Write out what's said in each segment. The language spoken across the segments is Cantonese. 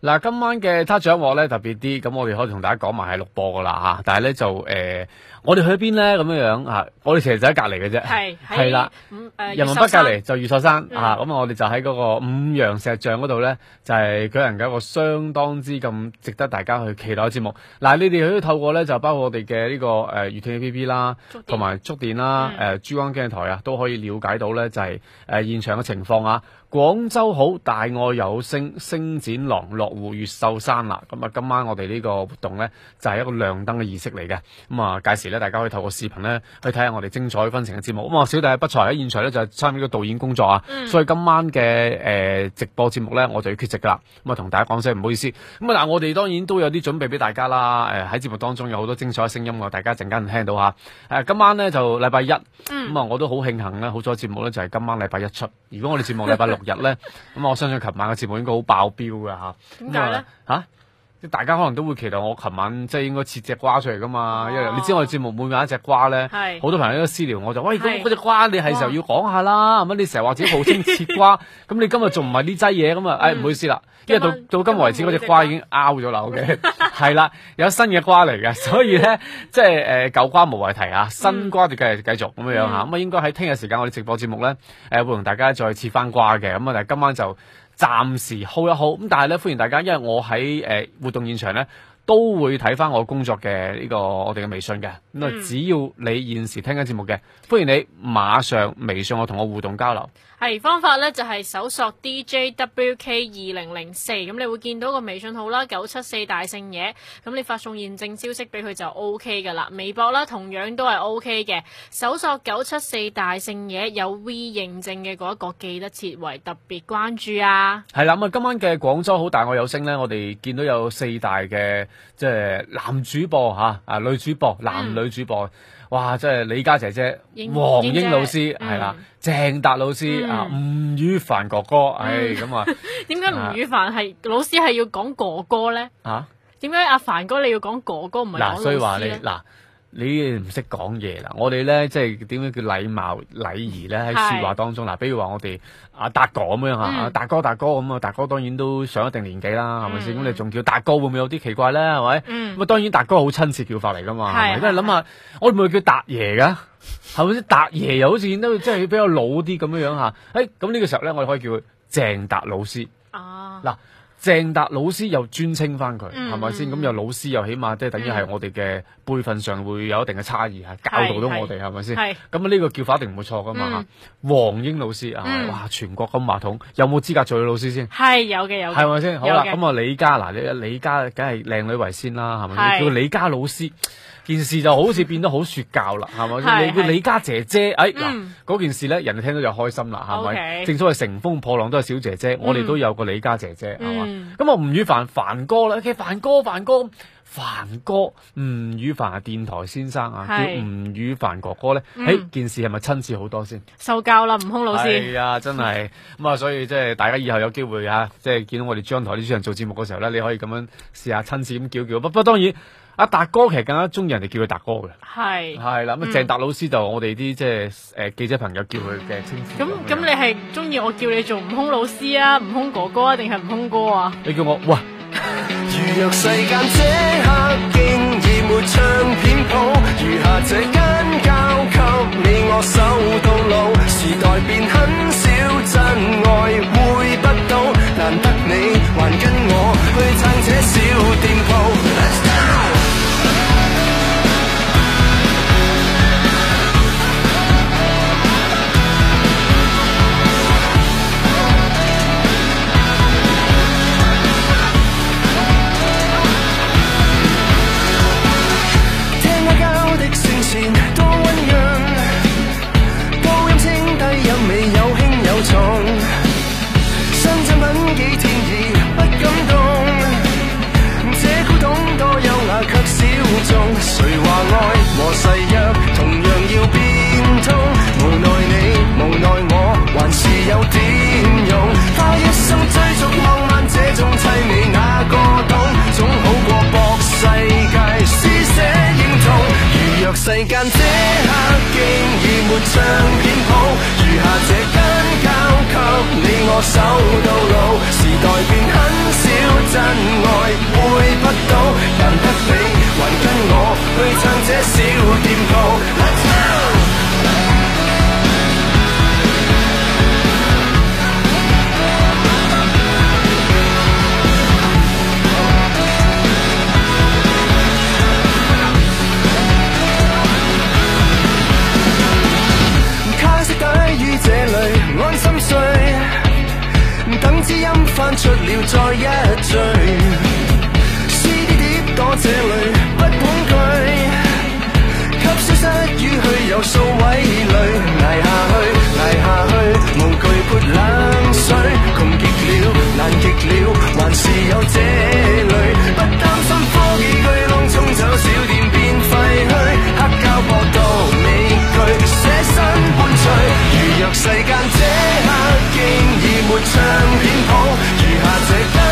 嗱，今晚嘅他掌握咧特別啲，咁我哋可以同大家講埋係錄播噶啦嚇，但係咧就誒、呃我哋去邊咧咁樣樣嚇，我哋其實就喺隔離嘅啫，係 係啦喺嗯呃五誒人民北隔離就越秀山嗯啊，咁我哋就喺嗰個五羊石像嗰度咧，就係舉行緊一個相當之咁值得大家去期待嘅節目。嗱，你哋可以透過咧就包括我哋嘅呢個誒粵聽 A P P 啦，同埋觸電啦、誒、嗯珠江經濟台啊，都可以了解到咧就係、誒、現場嘅情況啊。廣州好，大愛有聲，星展廊落戶越秀山啦。咁啊，今晚我哋呢個活動咧就係、一個亮燈嘅儀式嚟嘅。咁啊，屆時咧大家可以透過視頻咧去睇下我哋精彩紛呈嘅節目。咁啊，小弟喺不才喺現場咧就係參與呢個導演工作啊，嗯所以今晚嘅誒、呃直播節目咧我就要缺席㗎啦。咁啊，同大家講聲唔好意思。咁啊，嗱，我哋當然都有啲準備俾大家啦。誒、喺節目當中有好多精彩嘅聲音啊我大家陣間聽到嚇。誒、呃今晚咧就禮拜一。嗯咁啊，我都好慶幸咧，好彩節目咧就係今晚禮拜一出。如果我哋節目禮拜六日咧， 咁我相信琴晚嘅節目應該好爆標嘅嚇。啊點解咧？嚇、即係大家可能都會期待我琴晚即係應該切隻瓜出嚟噶嘛，因為你知我哋節目每晚一隻瓜咧，哦係好多朋友都私聊我就喂，咁係嗰只瓜你係時候要講下啦，咁啊你成日話自己號稱切 瓜，咁你今日仲唔係呢劑嘢咁啊？誒唔好意思啦，因為到今到晚今日為止嗰只瓜已經 out 咗啦，OK，係 啦，有新嘅瓜嚟嘅， 所以咧即係誒舊瓜無謂提嗯啊，新瓜就繼續繼續咁樣樣嚇，咁啊應該喺聽日時間我哋直播節目咧誒會同大家再切翻瓜嘅，咁啊但係今晚就。暫時 hold 一 hold，咁但係咧歡迎大家，因為我喺誒、呃活動現場咧都會睇翻我工作嘅呢、個我哋嘅微信嘅，咁啊、嗯只要你現時聽緊節目嘅，歡迎你馬上微信我同我互動交流。係方法咧，就係搜索 DJWK 二零零四，咁你會見到個微信號啦，九七四大聖嘢，咁你發送驗證消息俾佢就 O K 噶啦。微博啦，同樣都係 O K 嘅，搜索九七四大聖嘢有 V 認證嘅嗰一個，記得設為特別關注啊。係啦，咁啊今晚嘅廣州好大愛有聲咧，我哋見到有四大嘅即係男主播吓啊女主播男嗯女主播，哇！即係李嘉姐姐、英黃英英姐老師嗯嗯係啦，鄭達老師啊，吳宇凡哥哥，唉咁啊點解吳宇凡係老師係要講哥哥呢？ 吓。點解阿凡哥你要講哥哥唔係嗱，所以講話老師啊你咧？嗱，你唔識講嘢啦。我哋咧即係點樣叫禮貌禮儀咧？喺係説話當中嗱，比如話我哋阿達哥咁樣嚇，嗯啊達哥達哥咁啊，達哥當然都上一定年紀啦，係咪先？嗯咁你仲叫達哥會唔會有啲奇怪咧？係咪？嗯啊咁啊，當然達哥好親切叫法嚟噶嘛，係咪？係因為諗下，我哋咪叫達爺噶。係咪先？達爺又好似顯得即係比較老啲咁樣樣嚇，誒咁呢個時候咧，我哋可以叫佢鄭達老師。啊嗱鄭達老師又專稱翻佢，嗯係咪先？嗯咁又老師又起碼即係等於係我哋嘅輩分上會有一定嘅差異嚇，教導到我哋係咪先？係咁啊呢個叫法一定唔會錯噶嘛嚇。黃英老師啊，嗯哇！全國金馬桶有冇資格做佢老師先？係有嘅有嘅，係咪先？好啦，有嘅咁啊李嘉嗱，你李嘉梗係靚女為先啦，係咪先？係叫李嘉老師，件事就好似變得好説教啦，係咪係先？你叫係李嘉姐姐，哎嗱嗯，嗰件事咧，人哋聽到就開心啦，係咪？ OK 正所謂乘風破浪都係小姐姐，我哋嗯都有個李嘉姐姐，係嘛嗯？咁啊吳宇凡凡哥啦，其實凡哥凡哥。凡哥，吳宇凡係電台先生啊，叫係吳宇凡哥哥咧，嗯誒件事係咪親切好多先？受教啦，悟空老師。係啊，真係咁啊，所以即係大家以後有機會啊，即係見到我哋張台啲主持人做節目嘅時候咧，你可以咁樣試下親自咁叫叫。不不過當然，阿達哥其實更加中意人哋叫佢達哥嘅。係。係啦，咁啊嗯鄭達老師就我哋啲即係誒記者朋友叫佢嘅稱呼。咁咁你係中意我叫你做悟空老師啊，悟空哥哥啊，定係悟空哥啊？你叫我哇，如若世間這刻竟已沒唱片鋪，餘下這間交給你我守到老。時代變很少，真愛會不到，難得你還跟我去撐這小店鋪。Let's go！聽我教的聲線多溫潤，高音清低音尾有輕有重，新產品幾天意不感動，這古董多優雅卻小眾，誰話愛和誓約同樣要變通？無奈你無奈我還是有點勇，花一生追逐浪漫這種凄美哪個懂？總好過博世界施捨認同。如若世間這刻竟已沒唱片鋪，餘下這間交給你我守到老。時代變很少，真一聚。CD 碟躲這裏不恐懼，給消失於去有數位裏捱下去，捱下去，無懼潑冷水，窮極了，難極了，還是有這類，不擔心科技巨浪沖走小店變廢墟，黑膠播到尾句，捨身伴隨。如若世間這刻竟已沒唱片譜，餘下這單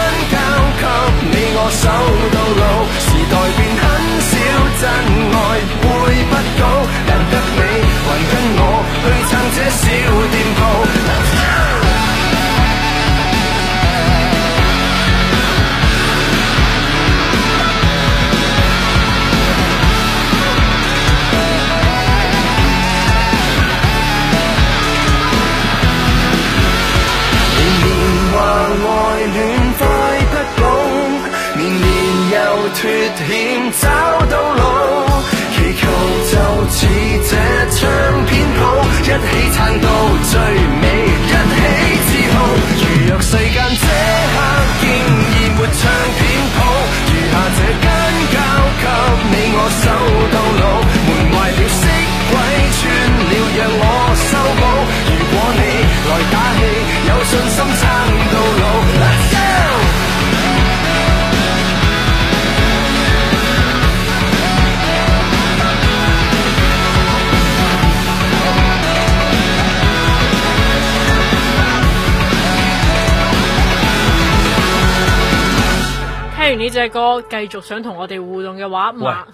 交給你我手到老。時代變很少，真愛會不到，難得你還跟我去撐這小店鋪。年年話愛戀快不保，年年又脱險找到路，祈求就似這唱片鋪，一起撐到最尾，一起自豪。如若世間這刻竟已沒唱片譜，餘下這間交給你我手到老，門壞了識。鬼穿了，讓我修補。如果你來打氣，有信心撐到老。Let's go！聽完呢只歌，繼續想同我哋互動嘅話，麻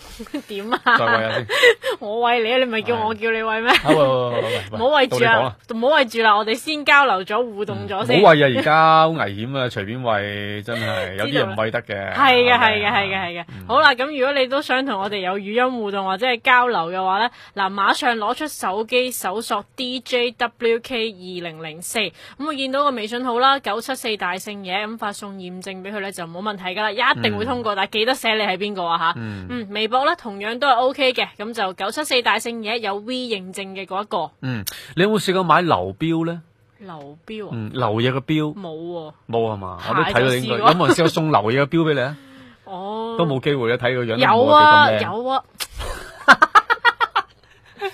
點再喂啊？下先。 我喂你啊，你咪叫我叫你喂咩？啊喂喂喂 喂，喂唔好喂到住！你講啦啊啦，唔好喂住啦，我哋先交流咗互動咗啊唔先。好喂啊！而家好危險啊，隨便喂真係有啲人唔喂得嘅。嗯係嘅，係嘅，係嘅，係嘅。好啦，咁如果你都想同我哋有語音互動或者係交流嘅話呢，嗱，馬上攞出手機搜索 DJWK 二零零四，咁會見到個微信號啦，九七四大聖嘢，咁發送驗證俾佢呢就冇問題噶啦，一定會通嗯過，但係記得寫你係邊個啊吓。嗯，微博呢同樣都係 OK 嘅，咁就九七四大聖嘢有 V 認證嘅嗰一個嗯，你有冇試過買流標咧？流標啊，嗯，流嘢嘅標冇喎，冇係啊嘛？鞋我都睇到就應該試有過冇人試過送流嘢嘅標俾你啊？哦，都冇機會啦，睇個樣都有冇話啊幾咁靚有啊。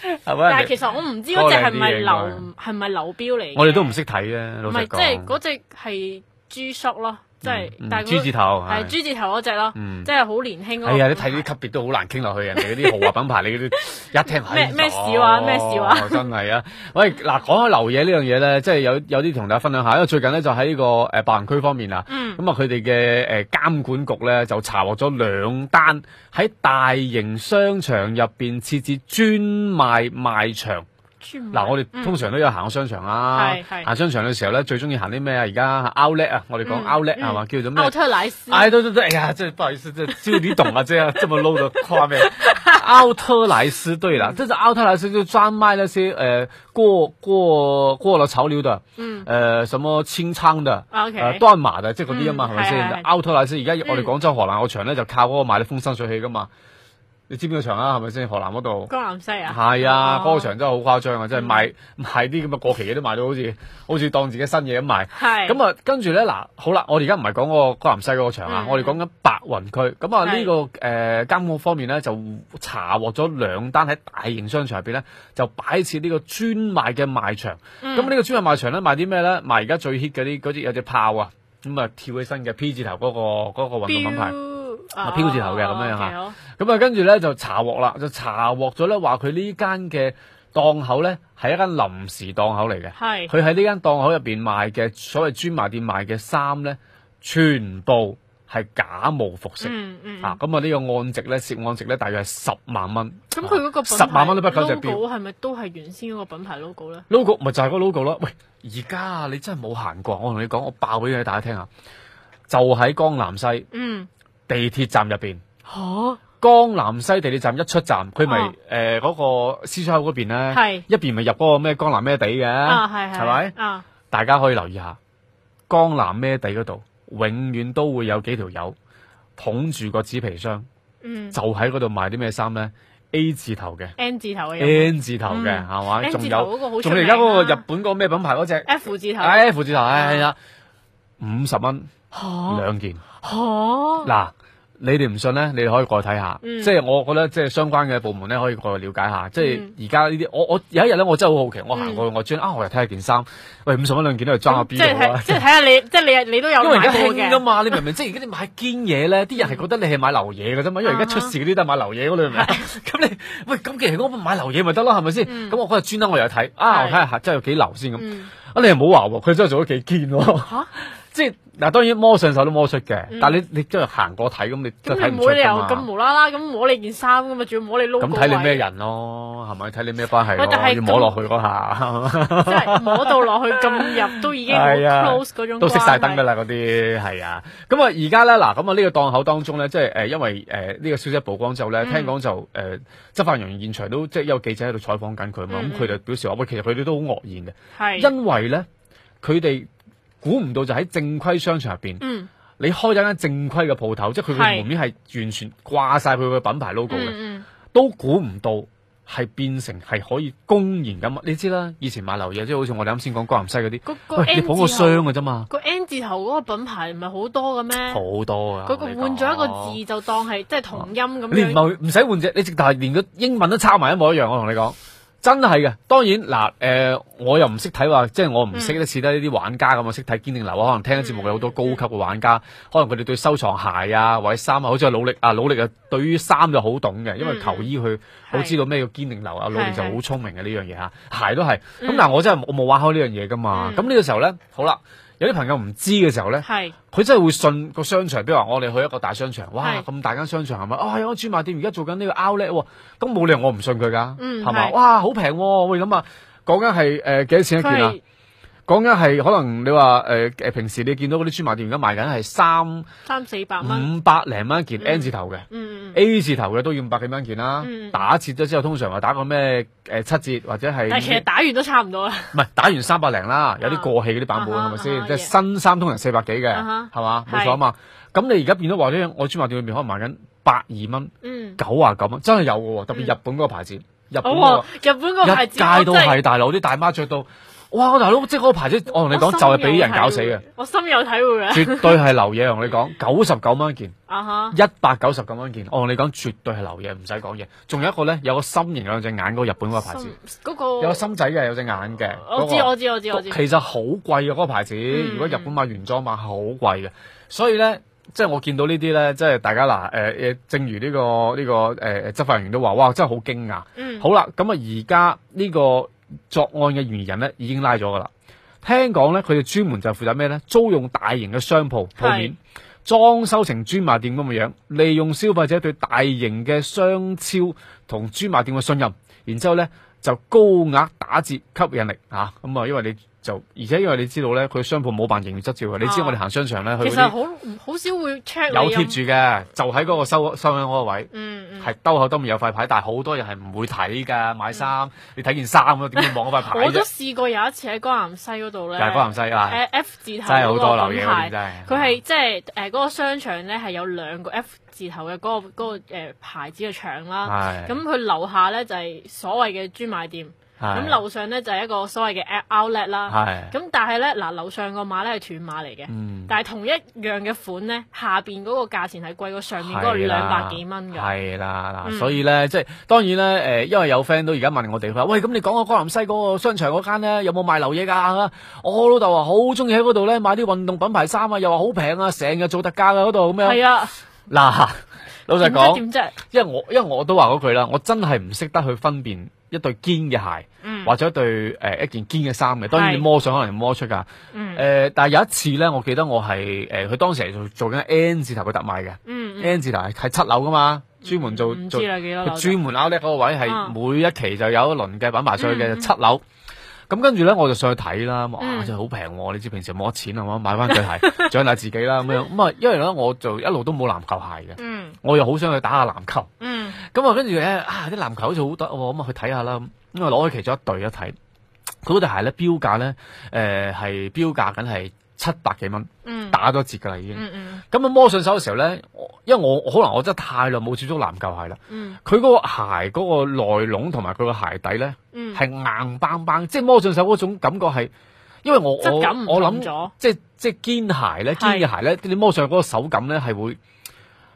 係咪？但係人哋其實我唔知嗰只多靚係咪啲嘅應流係咪流標嚟嘅，我哋都唔識睇嘅，老唔實係講。即係嗰只係豬叔咯，即係啊嗯但係豬字頭係係。豬字頭嗰只咯，嗯即係好年輕嗰個。哎呀，你睇啲級別都好難傾落去，人哋嗰啲豪華品牌，你嗰啲一聽咩咩事話咩事話話，哦真係啊！ 喂，嗱，講開流嘢呢樣嘢咧，即係有有啲同大家分享下，因為最近咧就喺呢個誒白雲區方面啊，嗯咁啊佢哋嘅誒監管局咧就查獲咗兩單喺大型商場入邊設置專賣賣場。專嗱，我哋嗯通常都有行商場啦係，係行商場嘅時候咧，最中意行啲咩啊？而家 Outlet 啊，我哋講嗯 Outlet 嗯係嘛，叫做咩奧？特萊斯哎，对对对，哎呀，这不好意思，这就你懂啊，这 样这么 low 的画面。奥特莱斯，对嗯了，这是奥特莱斯，就专卖那些呃过过过了潮流的，嗯啊呃什么清倉的。 ，OK，誒端麻嘅，即係嗰啲啊嘛，嗯係咪係係先？係奧特萊斯而家我哋嗯廣州河南個場咧，就靠嗰個賣啲風生水起噶嘛。你知邊個場啊？係咪先？河南嗰度江南西啊，係啊，嗰個哦嗯場真係好誇張啊！真係賣賣啲咁嘅過期嘢都賣到好似好似當自己新嘢咁賣。係咁啊，啊，跟住咧嗱，好啦，我哋而家唔係講嗰個江南西嗰個場啊嗯，我哋講緊白雲區。咁啊，係呢個誒監控方面咧，就查獲咗兩單喺大型商場入邊咧，就擺設呢個專賣嘅賣場。嗯咁呢個專賣賣場咧，賣啲咩咧？賣而家最 hit 嗰啲嗰啲有隻炮啊，咁啊跳起身嘅 P 字頭嗰個嗰個運動品牌。啊標字頭嘅咁樣嚇，OK，好咁啊，跟住咧就查獲啦，就查獲咗咧話佢呢間嘅檔口咧係一間臨時檔口嚟嘅。係佢喺呢間檔口入邊賣嘅所謂專賣店賣嘅衫呢，全部係假冒服飾、嗯嗯，啊！咁啊，呢個案值呢，涉案值呢，大約係十萬蚊。啊咁佢嗰個品十萬蚊都不夠隻表 logo 係咪都係原先嗰個品牌 logo 咧？ logo 咪就係嗰個 logo 咯。喂，而家啊你真係冇行過，我同你講，我爆俾你大家聽下，就喺江南西嗯，地鐵站入邊。嚇江南西地鐵站一出站，佢咪哦誒嗰個獅子口嗰邊係咧，一邊咪入嗰個咩江南咩地嘅，啊，係係係咪？啊？大家可以留意下江南咩地嗰度，永遠都會有幾條友捧住個紙皮箱，嗯就喺嗰度賣啲咩衫呢 a 字頭嘅、 ，N 字頭嘅有冇 N 字頭嘅嗯係嘛？ N 仲字頭嗰個有好仲出啊有而家嗰個哎名啊日本嗰個咩品牌嗰只 F 字頭。 F 字頭，係係啦，五十蚊吓兩件。吓，嗱，你哋唔信咧，你哋可以過去睇下，嗯即係我覺得即係相關嘅部門咧，可以過去了解下。即係嗯而家呢啲，我我有一日咧，我真係好好奇，我行過去我專啊，我又睇下件衫，喂五十蚊兩件都係裝下即 B 係度啊睇，即係睇下 你，嗯即係你你都有因為而買家過興噶嘅。嘛，你明唔明？即係而家你買堅嘢咧，啲人係覺得你係買流嘢嘅啫嘛，因為而家出事嗰啲都係買流嘢嗰類，明唔明？ 咁你喂咁，既然我買流嘢咪得咯，係咪先？嗯咁我嗰日專登我又睇，啊係我睇下真係有幾流先咁。嗯，啊你又唔好話喎，佢真係做得幾堅喎嚇。即係嗱，當然摸上手都摸出嘅嗯，但係你你真係行過睇咁，你真係咁睇唔你出冇理由㗎嘛咁無啦啦咁摸你件衫噶嘛，仲要摸你 logo 啊咁睇你咩位人咯，係咪？睇你咩關係喂但咯，係要咁摸落去嗰下，即係摸到落去咁入都已經 好係啊 close 嗰種關係，都熄晒燈㗎啦，嗰啲係啊。咁啊，而家咧嗱，咁啊呢個檔口當中咧，即係誒，因為誒呢個消息曝光之後咧，嗯聽講就誒執法人員現場都即係有記者喺度採訪緊佢嘛，嗯咁佢就表示話喂，其實佢哋都好愕然係，嘅，因為咧佢哋估唔到就喺正規商場入邊。嗯你開咗間正規嘅鋪頭，即係佢係嘅門面係完全掛晒佢嘅品牌 logo 嘅，嗯都估唔到係變成係可以公然咁。你知啦，以前買流嘢，即係好似我哋啱先講江南西嗰啲，嗯，個個喂，你 N 捧個字箱頭，嘅啫嘛，個 N 字頭嗰個品牌唔係好多嘅咩？好多啊。嗰個我同你換咗一個講字就當係即係同音咁你唔樣，係唔使換隻，你直頭係連個英文都抄埋一模一樣。我同你講，真係嘅。當然嗱，誒、我又唔識睇話，即係我唔識得似得呢啲玩家咁，我識睇堅定流啊。可能聽節目有好多高級嘅玩家，可能佢哋對收藏鞋啊或者衫啊，好似係努力啊，努力啊，對於衫就好懂嘅，因為球衣嗯佢好知道咩叫堅定流啊，努力就好聰明嘅呢樣嘢嚇，鞋都係。咁嗯但係我真係我冇玩開呢樣嘢噶嘛。嗯咁呢個時候咧，好啦，有啲朋友唔知嘅時候咧。係佢真係會信個商場，比如話我哋去一個大商場，哇係咁大間商場係咪？啊有間專賣店而家做緊呢個 Outlet 喎，咁冇理由我唔信佢㗎，嗯係嘛？係哇好平喎，喂諗下，講緊係誒幾多錢一佢件啊係？講緊係可能你話誒誒平時你見到嗰啲專賣店而家賣緊係三三四百蚊，五百零蚊一件嗯 N 字頭嘅。嗯嗯嗯， A 字頭嘅都要五百幾蚊一件啦，嗯打折咗之後通常話打個咩誒七折或者係但係其實打完都差唔多啦，唔係打完三百零啦，有啲過氣嗰啲版本啊係咪啊先？啊即係啊新衫通常四百幾嘅，啊係嘛？冇係錯啊嘛。咁你而家變咗話咧，我專賣店裏面可能賣緊百二蚊、嗯。九啊九蚊，真係有嘅喎。特別嗯日本嗰個牌子，日本嗰哦個，日本個牌一子哦街都我真係係大佬啲大媽着到，哇！我大佬即係嗰個牌子，我同你講就係俾人搞死嘅，，我深有體會嘅。絕對係流嘢。我同你講，九十九蚊一件，啊哈，一百九十九蚊一件，我同你講絕對係流嘢，唔使講嘢。仲有一個咧，有個心形兩隻眼嗰個日本嗰個牌子心，嗰個有個心仔嘅，有隻眼嘅。我知嗰個我知我知我知，哦其實好貴嘅嗰個牌子，嗯如果日本買原裝買好貴嘅，所以咧。即係我見到呢啲咧，即係大家嗱，誒、誒，正如呢、個呢、個誒、誒執法人員都話，哇，真係好驚訝。嗯好啦，咁啊，而家呢個作案嘅嫌疑人咧已經拉咗噶啦。聽講咧，佢哋專門就負責咩咧？租用大型嘅商鋪鋪面，裝修成專賣店咁嘅樣，利用消費者對大型嘅商超同專賣店嘅信任，然之後咧就高額打折吸引力嚇。咁啊，因為你就而且因為你知道咧，佢商鋪冇辦營業執照嘅，你知啊我哋行商場咧，去其實嗰啲好唔好少會 check 有你貼住嘅，就喺嗰個收收銀嗰個位。嗯嗯，係兜口兜面有塊牌，但係好多人係唔會睇㗎。買衫你睇件衫咯，點會望嗰塊牌嗯我都啫？試過有一次喺江南西嗰度又咧，係江南西啊，誒 F 字頭真係好多嗰個流嘢嗰啲品牌真係。佢係即係誒嗰個商場咧係有兩個 F 字頭嘅嗰、個嗰、個呃牌子嘅場啦。係咁佢樓下咧就係、所謂嘅專賣店，係咁樓上咧就係、一個所謂嘅 outlet 啦。係咁但係咧嗱，樓上個碼咧係斷碼嚟嘅，嗯但係同一樣嘅款咧，下邊嗰個價錢係貴過上面嗰個係啦兩百幾蚊㗎。係啦嗱，嗯所以咧即係當然咧誒，因為有 friend 都而家問我哋佢話：喂，咁你講個江南西嗰個商場嗰間咧有冇賣流嘢㗎？我老豆話好中意喺嗰度咧買啲運動品牌衫啊，又話好平啊，成日做特價㗎嗰度咁樣。係啊，嗱，老實點講啫。點啫？因為我因為我都話嗰句啦，我真係唔識得去分辨一對堅嘅鞋，嗯或者一對誒、呃一件堅嘅衫嘅。當然係你摸上可能摸出㗎。誒、呃嗯但係有一次咧，我記得我係誒，佢、當時係做做緊 N 字頭嘅特賣嘅、嗯，嗯 n 字頭係係七樓㗎嘛，專門做唔做知啦幾多樓佢專門 outlet 嗰個位係啊每一期就有一輪嘅品牌上去嘅嗯七樓。咁跟住咧，我就上去睇啦，哇！嗯真係好平喎，你知平時冇乜啊錢係嘛，買翻對 鞋獎勵自己啦咁樣。咁啊，因為咧我就一路都冇籃球鞋嘅，嗯我又好想去打下籃球。嗯咁啊，跟住咧啊，啲籃球好似好得喎，咁啊去睇下啦。咁啊攞去其中一隊一睇，佢嗰對鞋咧標價咧，誒、係標價緊係七百幾蚊，嗯打咗折㗎啦已經。嗯嗯咁啊摸上手嘅時候咧，我因為我我可能我真係太耐冇接觸籃球鞋啦，嗯佢嗰個鞋嗰個內籠同埋佢個鞋底咧嗯，係硬邦邦，即係摸上手嗰種感覺係因為我我質感唔我同咗諗，即係即係堅鞋咧，堅係嘅鞋咧，你摸上嗰個手感咧係會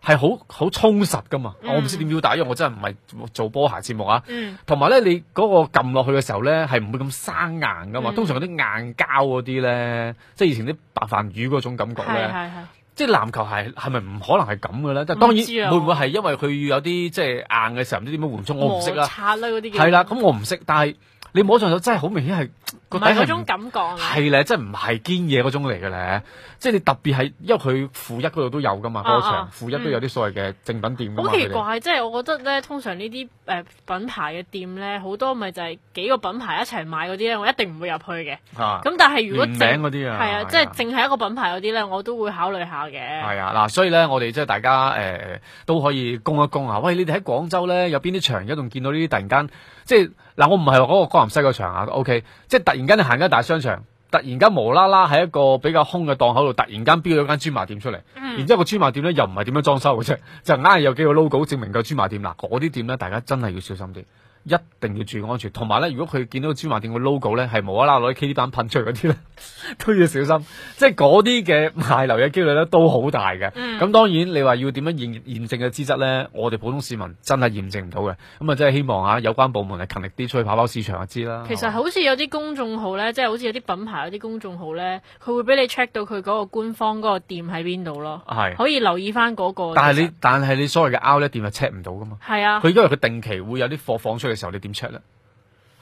係好好充實噶嘛。嗯我唔知點表達，因為我真係唔係做波鞋節目啊。嗯，同埋咧，你嗰個撳落去嘅時候咧，係唔會咁生硬噶嘛。嗯通常嗰啲硬膠嗰啲咧，即係以前啲白飯魚嗰種感覺係咧。係係。即係籃球鞋係咪唔可能係咁嘅咧？即係唔當知啊然會唔會係因為佢要有啲即係硬嘅時候唔知點樣緩衝，我唔識摩啦。擦啦嗰啲叫係啦，咁我唔識，但係你摸上手真係好明顯係唔個底係係嗰唔種感覺啊。係咧，真係唔係堅嘢嗰種嚟嘅咧。即係你特別係因為佢負一嗰度都有噶嘛，啊嗰個場啊負一都有啲所謂嘅正品店噶嘛。好奇啊佢哋怪，即係我覺得咧，通常呢啲誒品牌嘅店咧，好多咪就係幾個品牌一齊買嗰啲咧，我一定唔會入去嘅。啊咁但係如果聯名淨嗰啲啊係啊，即係係啊淨係一個品牌嗰啲咧，我都會考慮下嘅。係啊，嗱，所以咧，我哋即係大家誒、呃都可以供一供啊。喂，你哋喺廣州咧有邊啲場而家仲見到呢啲突然間即係嗱，我唔係話嗰個江南西個場啊，OK，即係突然間你行緊大商場，突然間無啦啦喺一個比較空嘅檔口度，突然間標咗間專賣店出嚟，嗯然之後個專賣店咧又唔係點樣裝修嘅啫，就硬係有幾個 logo 證明個專賣店嗱，嗰啲店咧大家真係要小心啲。一定要注意安全，同埋咧，如果佢見到個專賣店個 logo 咧係無啦啦攞啲 K D 板噴出嚟嗰啲咧， 都要小心。即係嗰啲嘅賣樓嘅機率咧都好大嘅。咁、嗯當然你話要點樣驗驗證嘅資質咧，我哋普通市民真係驗證唔到嘅。咁啊，真係希望啊有關部門係勤力啲出去跑跑市場就知啦。其實係嘛好似有啲公眾號咧，即係好似有啲品牌有啲公眾號咧，佢會俾你 check 到佢嗰個官方嗰個店喺邊度咯，係可以留意翻嗰個。但係其你實但係你所謂嘅 out 咧店係 check 唔到噶嘛？係啊，佢因為佢定期會有啲貨放出嘅時候，你點 check 咧？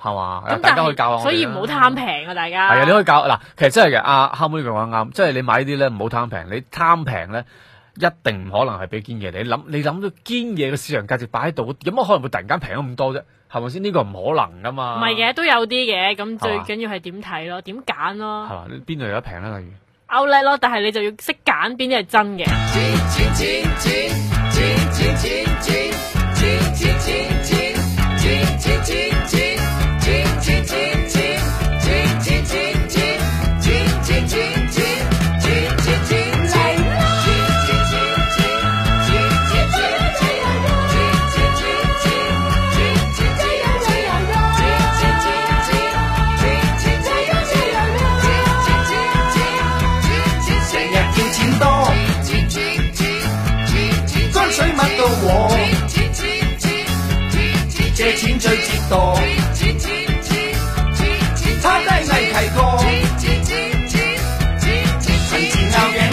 係嘛？啊咁大但家可係以教下我哋啦所以唔好貪平啊，大家。係啊，你可以教嗱，其實真係嘅，阿黑妹佢講得啱，即係你買呢啲咧唔好貪平，你貪平咧一定唔可能係俾堅嘢你諗，你諗到堅嘢嘅市場價值擺喺度，有乜可能會突然間平咗咁多啫？係咪先？呢、個唔可能噶嘛。唔係嘅，都有啲嘅，咁啊係嘛最緊要係點睇咯，點揀係咯嘛？你邊度有得平咧？例如，outlet 咯，但係你就要識揀邊啲係真嘅。成日要錢多，江江水水乜乜都都和和，借借錢錢最最折折墮墮，差差低低未未提提過過，銀銀錢錢拗拗頸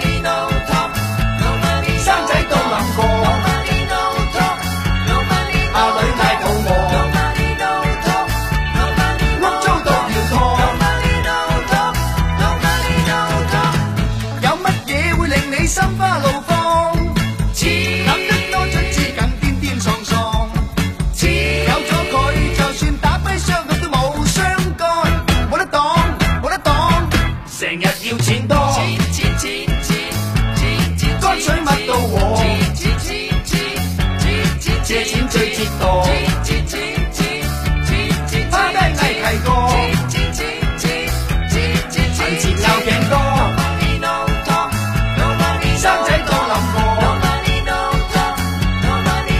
頸多多，生生仔仔都都諗諗過過，阿阿女女太太肚肚餓餓，碌碌租租到到要要拖拖。有乜嘢會令你心花怒放？諗得多準至更癲癲喪喪。有咗佢，就算打跛雙腳都冇相干，冇得擋，冇得擋。成日要錢多，乾水乜都和，借錢最折墮，花花低低未未提提過過，銀銀錢錢拗拗頸頸多多，生仔生仔都都諗諗過過，阿阿女女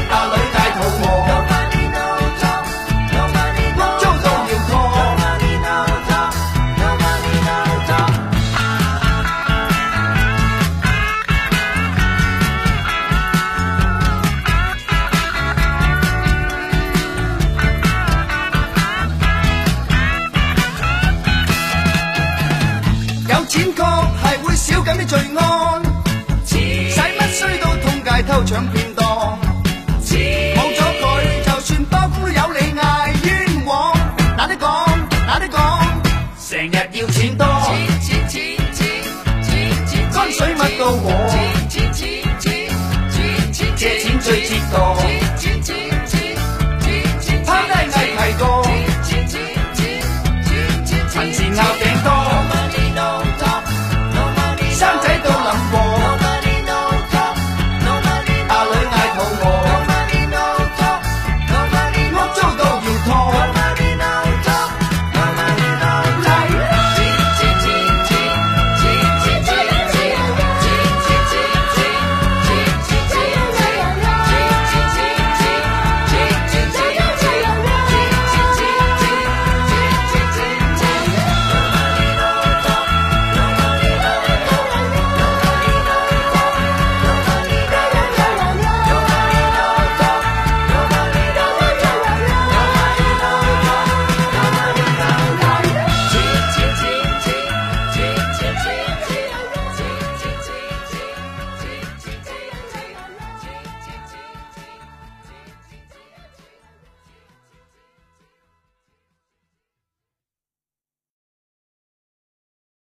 太太肚肚餓餓，租租到到要要拖拖。有錢確係會少緊啲罪案，使乜衰到通街偷搶騙當？冇咗佢，就算包公都有你嗌冤枉，懶得講，懶得講，成日要錢多，江水乜都和，借錢最折墮，拋拋低低藝藝提提過過，銀銀錢錢拗拗頸頸多多。